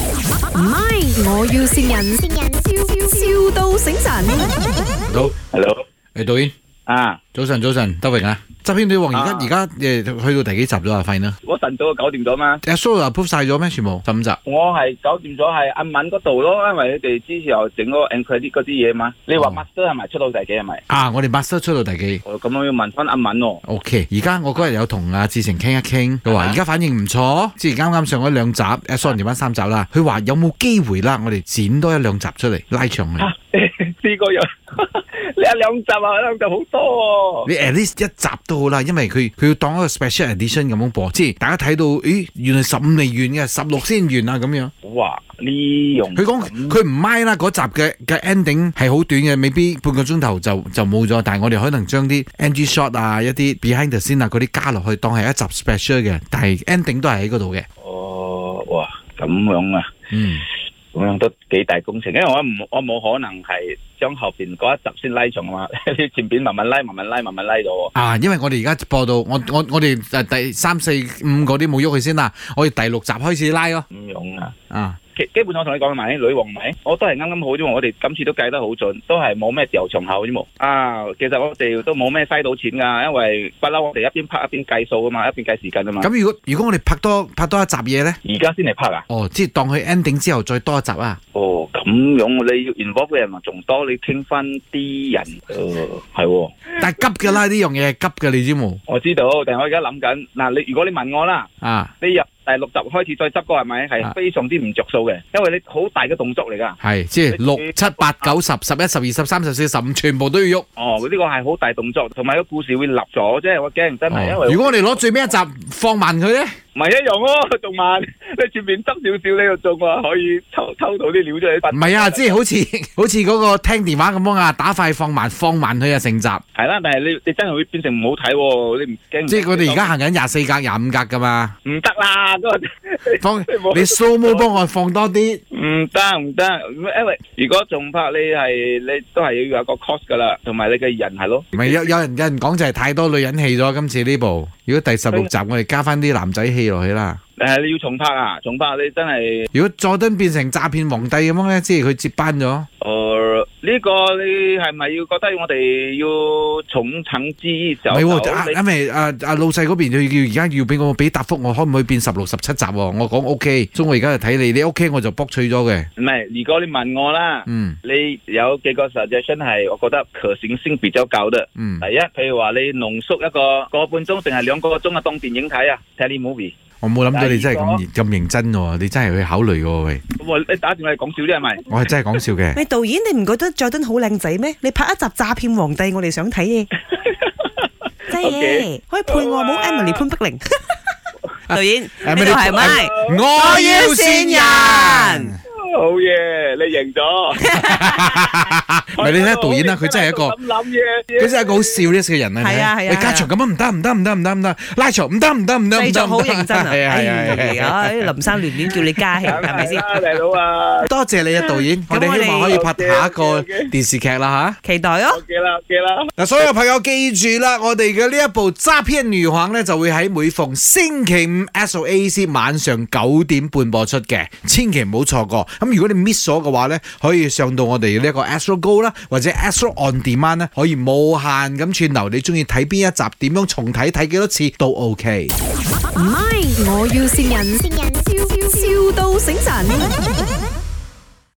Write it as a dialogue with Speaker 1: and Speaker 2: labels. Speaker 1: 唔係，我要善人，笑笑到醒神。
Speaker 2: 好，
Speaker 3: Hello，
Speaker 2: 诶，導演，
Speaker 3: 啊，
Speaker 2: 早晨，早晨，德榮啊，執片女王而家
Speaker 3: 啊
Speaker 2: 而家诶去到第幾集咗啊？發現啦，
Speaker 3: 我晨早就搞掂咗嘛，
Speaker 2: 阿 Sora p 晒咗咩？全部十五集。
Speaker 3: 我係搞掂咗係阿敏嗰度咯，因為佢哋之前又整嗰個 encredit 嗰啲嘢嘛，你話
Speaker 2: 哦
Speaker 3: master 係咪出到第幾係咪？
Speaker 2: 啊，我哋 master 出到第幾
Speaker 3: 我咁樣要問翻阿敏喎，
Speaker 2: ？OK，而家我嗰日有同阿志成傾一傾，佢話
Speaker 3: 啊
Speaker 2: 而家反應唔錯，之前啱啱上咗兩集，誒 sorry 連翻三集啦。佢話有冇機會啦，我哋剪多一兩集出嚟拉長 佢。
Speaker 3: 啊呢個又 你一兩集啊，兩集好多喎，
Speaker 2: 你 at least 一集都好啦，因為佢佢要當一個 special edition 咁樣播，即係大家睇到，咦，原來十五未完嘅，十六先完啊咁樣。
Speaker 3: 哇，呢樣
Speaker 2: 佢講佢唔 mind 啦，嗰集嘅嘅 ending 係好短嘅，未必半個鐘頭就就冇咗。但係我哋可能將啲 NG shot 啊、一啲 behind the scene 啊嗰啲加落去，當係一集 special 嘅，但係 ending 都係喺嗰度嘅。
Speaker 3: 哦，哇，咁樣啊，
Speaker 2: 嗯，
Speaker 3: 咁樣都幾大工程，因為我唔我冇可能係將後邊嗰一集先拉長啊嘛， 你前邊慢慢拉，慢慢拉，慢慢拉到喎。
Speaker 2: 啊，因為我哋而家播到我我我哋誒第三四五嗰啲冇喐佢先啦，我哋第六集開始拉咯。
Speaker 3: 咁樣啊。
Speaker 2: 啊，
Speaker 3: 基基本上我同你講埋女王咪，我都係啱啱好啫嘛。我哋今次都計得好盡，都係冇咩掉重口啫嘛。啊，其實我哋都冇咩嘥到錢㗎，因為不嬲我哋一邊拍一邊計數啊嘛，一邊計時間啊嘛。
Speaker 2: 咁如果如果我哋拍多拍多一集嘢咧，
Speaker 3: 而家先嚟拍啊？
Speaker 2: 哦，即係當佢 ending 之後再多一集啊。
Speaker 3: 哦，咁樣你要 involve 嘅人咪仲多，你傾翻啲人。誒、係喎，
Speaker 2: 但係急㗎啦，呢樣嘢係急㗎，你知冇？
Speaker 3: 我知道，但係我而家諗緊嗱，你如果你問我啦。
Speaker 2: 啊，
Speaker 3: 你入第六集開始再執過係咪？
Speaker 2: 啊
Speaker 3: 係非常之唔着數嘅，因為你好大嘅動作嚟㗎。
Speaker 2: 係即係六、七、八、九、十、十一、十二、十三、十四、十五，全部都要喐。
Speaker 3: 哦，呢個係好大動作，同埋個故事會立咗，即係我驚真係，因
Speaker 2: 哦
Speaker 3: 為
Speaker 2: 如果我哋攞最尾一集放慢佢咧，
Speaker 3: 唔係一樣咯，仲慢。 你前面執少少，你就仲話可以偷偷到啲料出嚟。
Speaker 2: 唔係啊，即係好似 好似嗰個聽電話咁樣啊，打快放慢，放慢佢啊成集。
Speaker 3: 係啦，但係你你真係會變成唔好睇喎，你唔驚？
Speaker 2: 即係我哋而家行緊廿四格、廿五格 噶嘛，
Speaker 3: 唔得啦，嗰個
Speaker 2: 放
Speaker 3: 你冇
Speaker 2: 你 slow mo 幫我放多啲。
Speaker 3: 唔得唔得，因為如果仲拍你係你都係要有個 cost 噶啦，同埋你嘅人係咯。
Speaker 2: 唔係有有人有人講就係太多女人戲咗今次呢部。如果第十六集我哋加翻啲男仔戲落去啦。
Speaker 3: 誒，你要重拍啊，重拍你真係
Speaker 2: 如果佐敦變成詐騙皇帝咁樣咧，即係佢接班咗。
Speaker 3: 誒哦呢個你係咪要覺得我哋要重懲之
Speaker 2: 唔係
Speaker 3: 就
Speaker 2: 喎，啊因為啊啊老細嗰邊佢要而家要俾我俾答覆，我可唔可以變十六十七集喎？我講 O K，所以我而家就睇你，你 O K 我就卜取咗嘅。
Speaker 3: 唔係，如果你問我啦。
Speaker 2: 嗯
Speaker 3: 你有幾個 suggestion 係我覺得可行性比較高的。
Speaker 2: 嗯，
Speaker 3: 第一，譬如話你濃縮一個個半鐘定係兩個鐘啊，當電影睇啊，telemovie。
Speaker 2: 我冇諗到你真係
Speaker 3: 第
Speaker 2: 咁咁認真喎，你真係去考慮喎喂，
Speaker 3: 咁我你打電話嚟講少啲係咪？
Speaker 2: 我係真係講笑嘅。
Speaker 4: 喂，導演，你唔覺得佐敦好靚仔咩？你拍一集詐騙皇帝，我哋想睇嘅。真嘅
Speaker 3: OK，
Speaker 4: 可以配我
Speaker 3: 好
Speaker 4: 冇
Speaker 3: 啊
Speaker 4: Emily 潘碧玲。導演，呢
Speaker 2: 誒
Speaker 4: 度係咪？
Speaker 2: 我要善人。
Speaker 3: 好嘢，你贏咗。
Speaker 2: 唔係你睇下導演啦，佢真係一個，
Speaker 3: 咁諗嘢，
Speaker 2: 佢真係一個好 serious 嘅人啊。
Speaker 4: 係啊
Speaker 2: 你睇
Speaker 4: 係啊
Speaker 2: 喂
Speaker 4: 係啊
Speaker 2: 加長咁樣唔得唔得唔得唔得唔得，拉長唔得唔得唔得唔得。
Speaker 4: 製作好
Speaker 2: 唔得
Speaker 4: 認真 啊！
Speaker 2: 係啊係啊
Speaker 4: 哎
Speaker 2: 係啊。
Speaker 4: 呀，林生亂亂叫你加戲，
Speaker 3: Dạ.
Speaker 4: 係咪先？
Speaker 3: 大佬啊
Speaker 2: 多謝你啊導演，我
Speaker 4: 咁
Speaker 2: 哋希望
Speaker 4: 我哋
Speaker 2: 可以拍下一個
Speaker 3: OK，OK，OK
Speaker 2: 電視劇啦吓。
Speaker 4: 期待哦！
Speaker 3: ？OK 啦，OK 啦。
Speaker 2: 嗱，所有朋友記住啦，我哋嘅呢一部《詐騙女皇》咧，就會喺每逢星期五 SOAC 晚上九點半播出嘅，千祈唔好錯過。咁如果你 miss 咗嘅話咧，可以上到我哋呢一個 Astro Go 啦，或者 Astro On Demand 咧，可以無限咁串流，你中意睇邊一集，點樣重睇，睇幾多次都 OK。
Speaker 1: 唔係，我要善人，笑笑到醒神。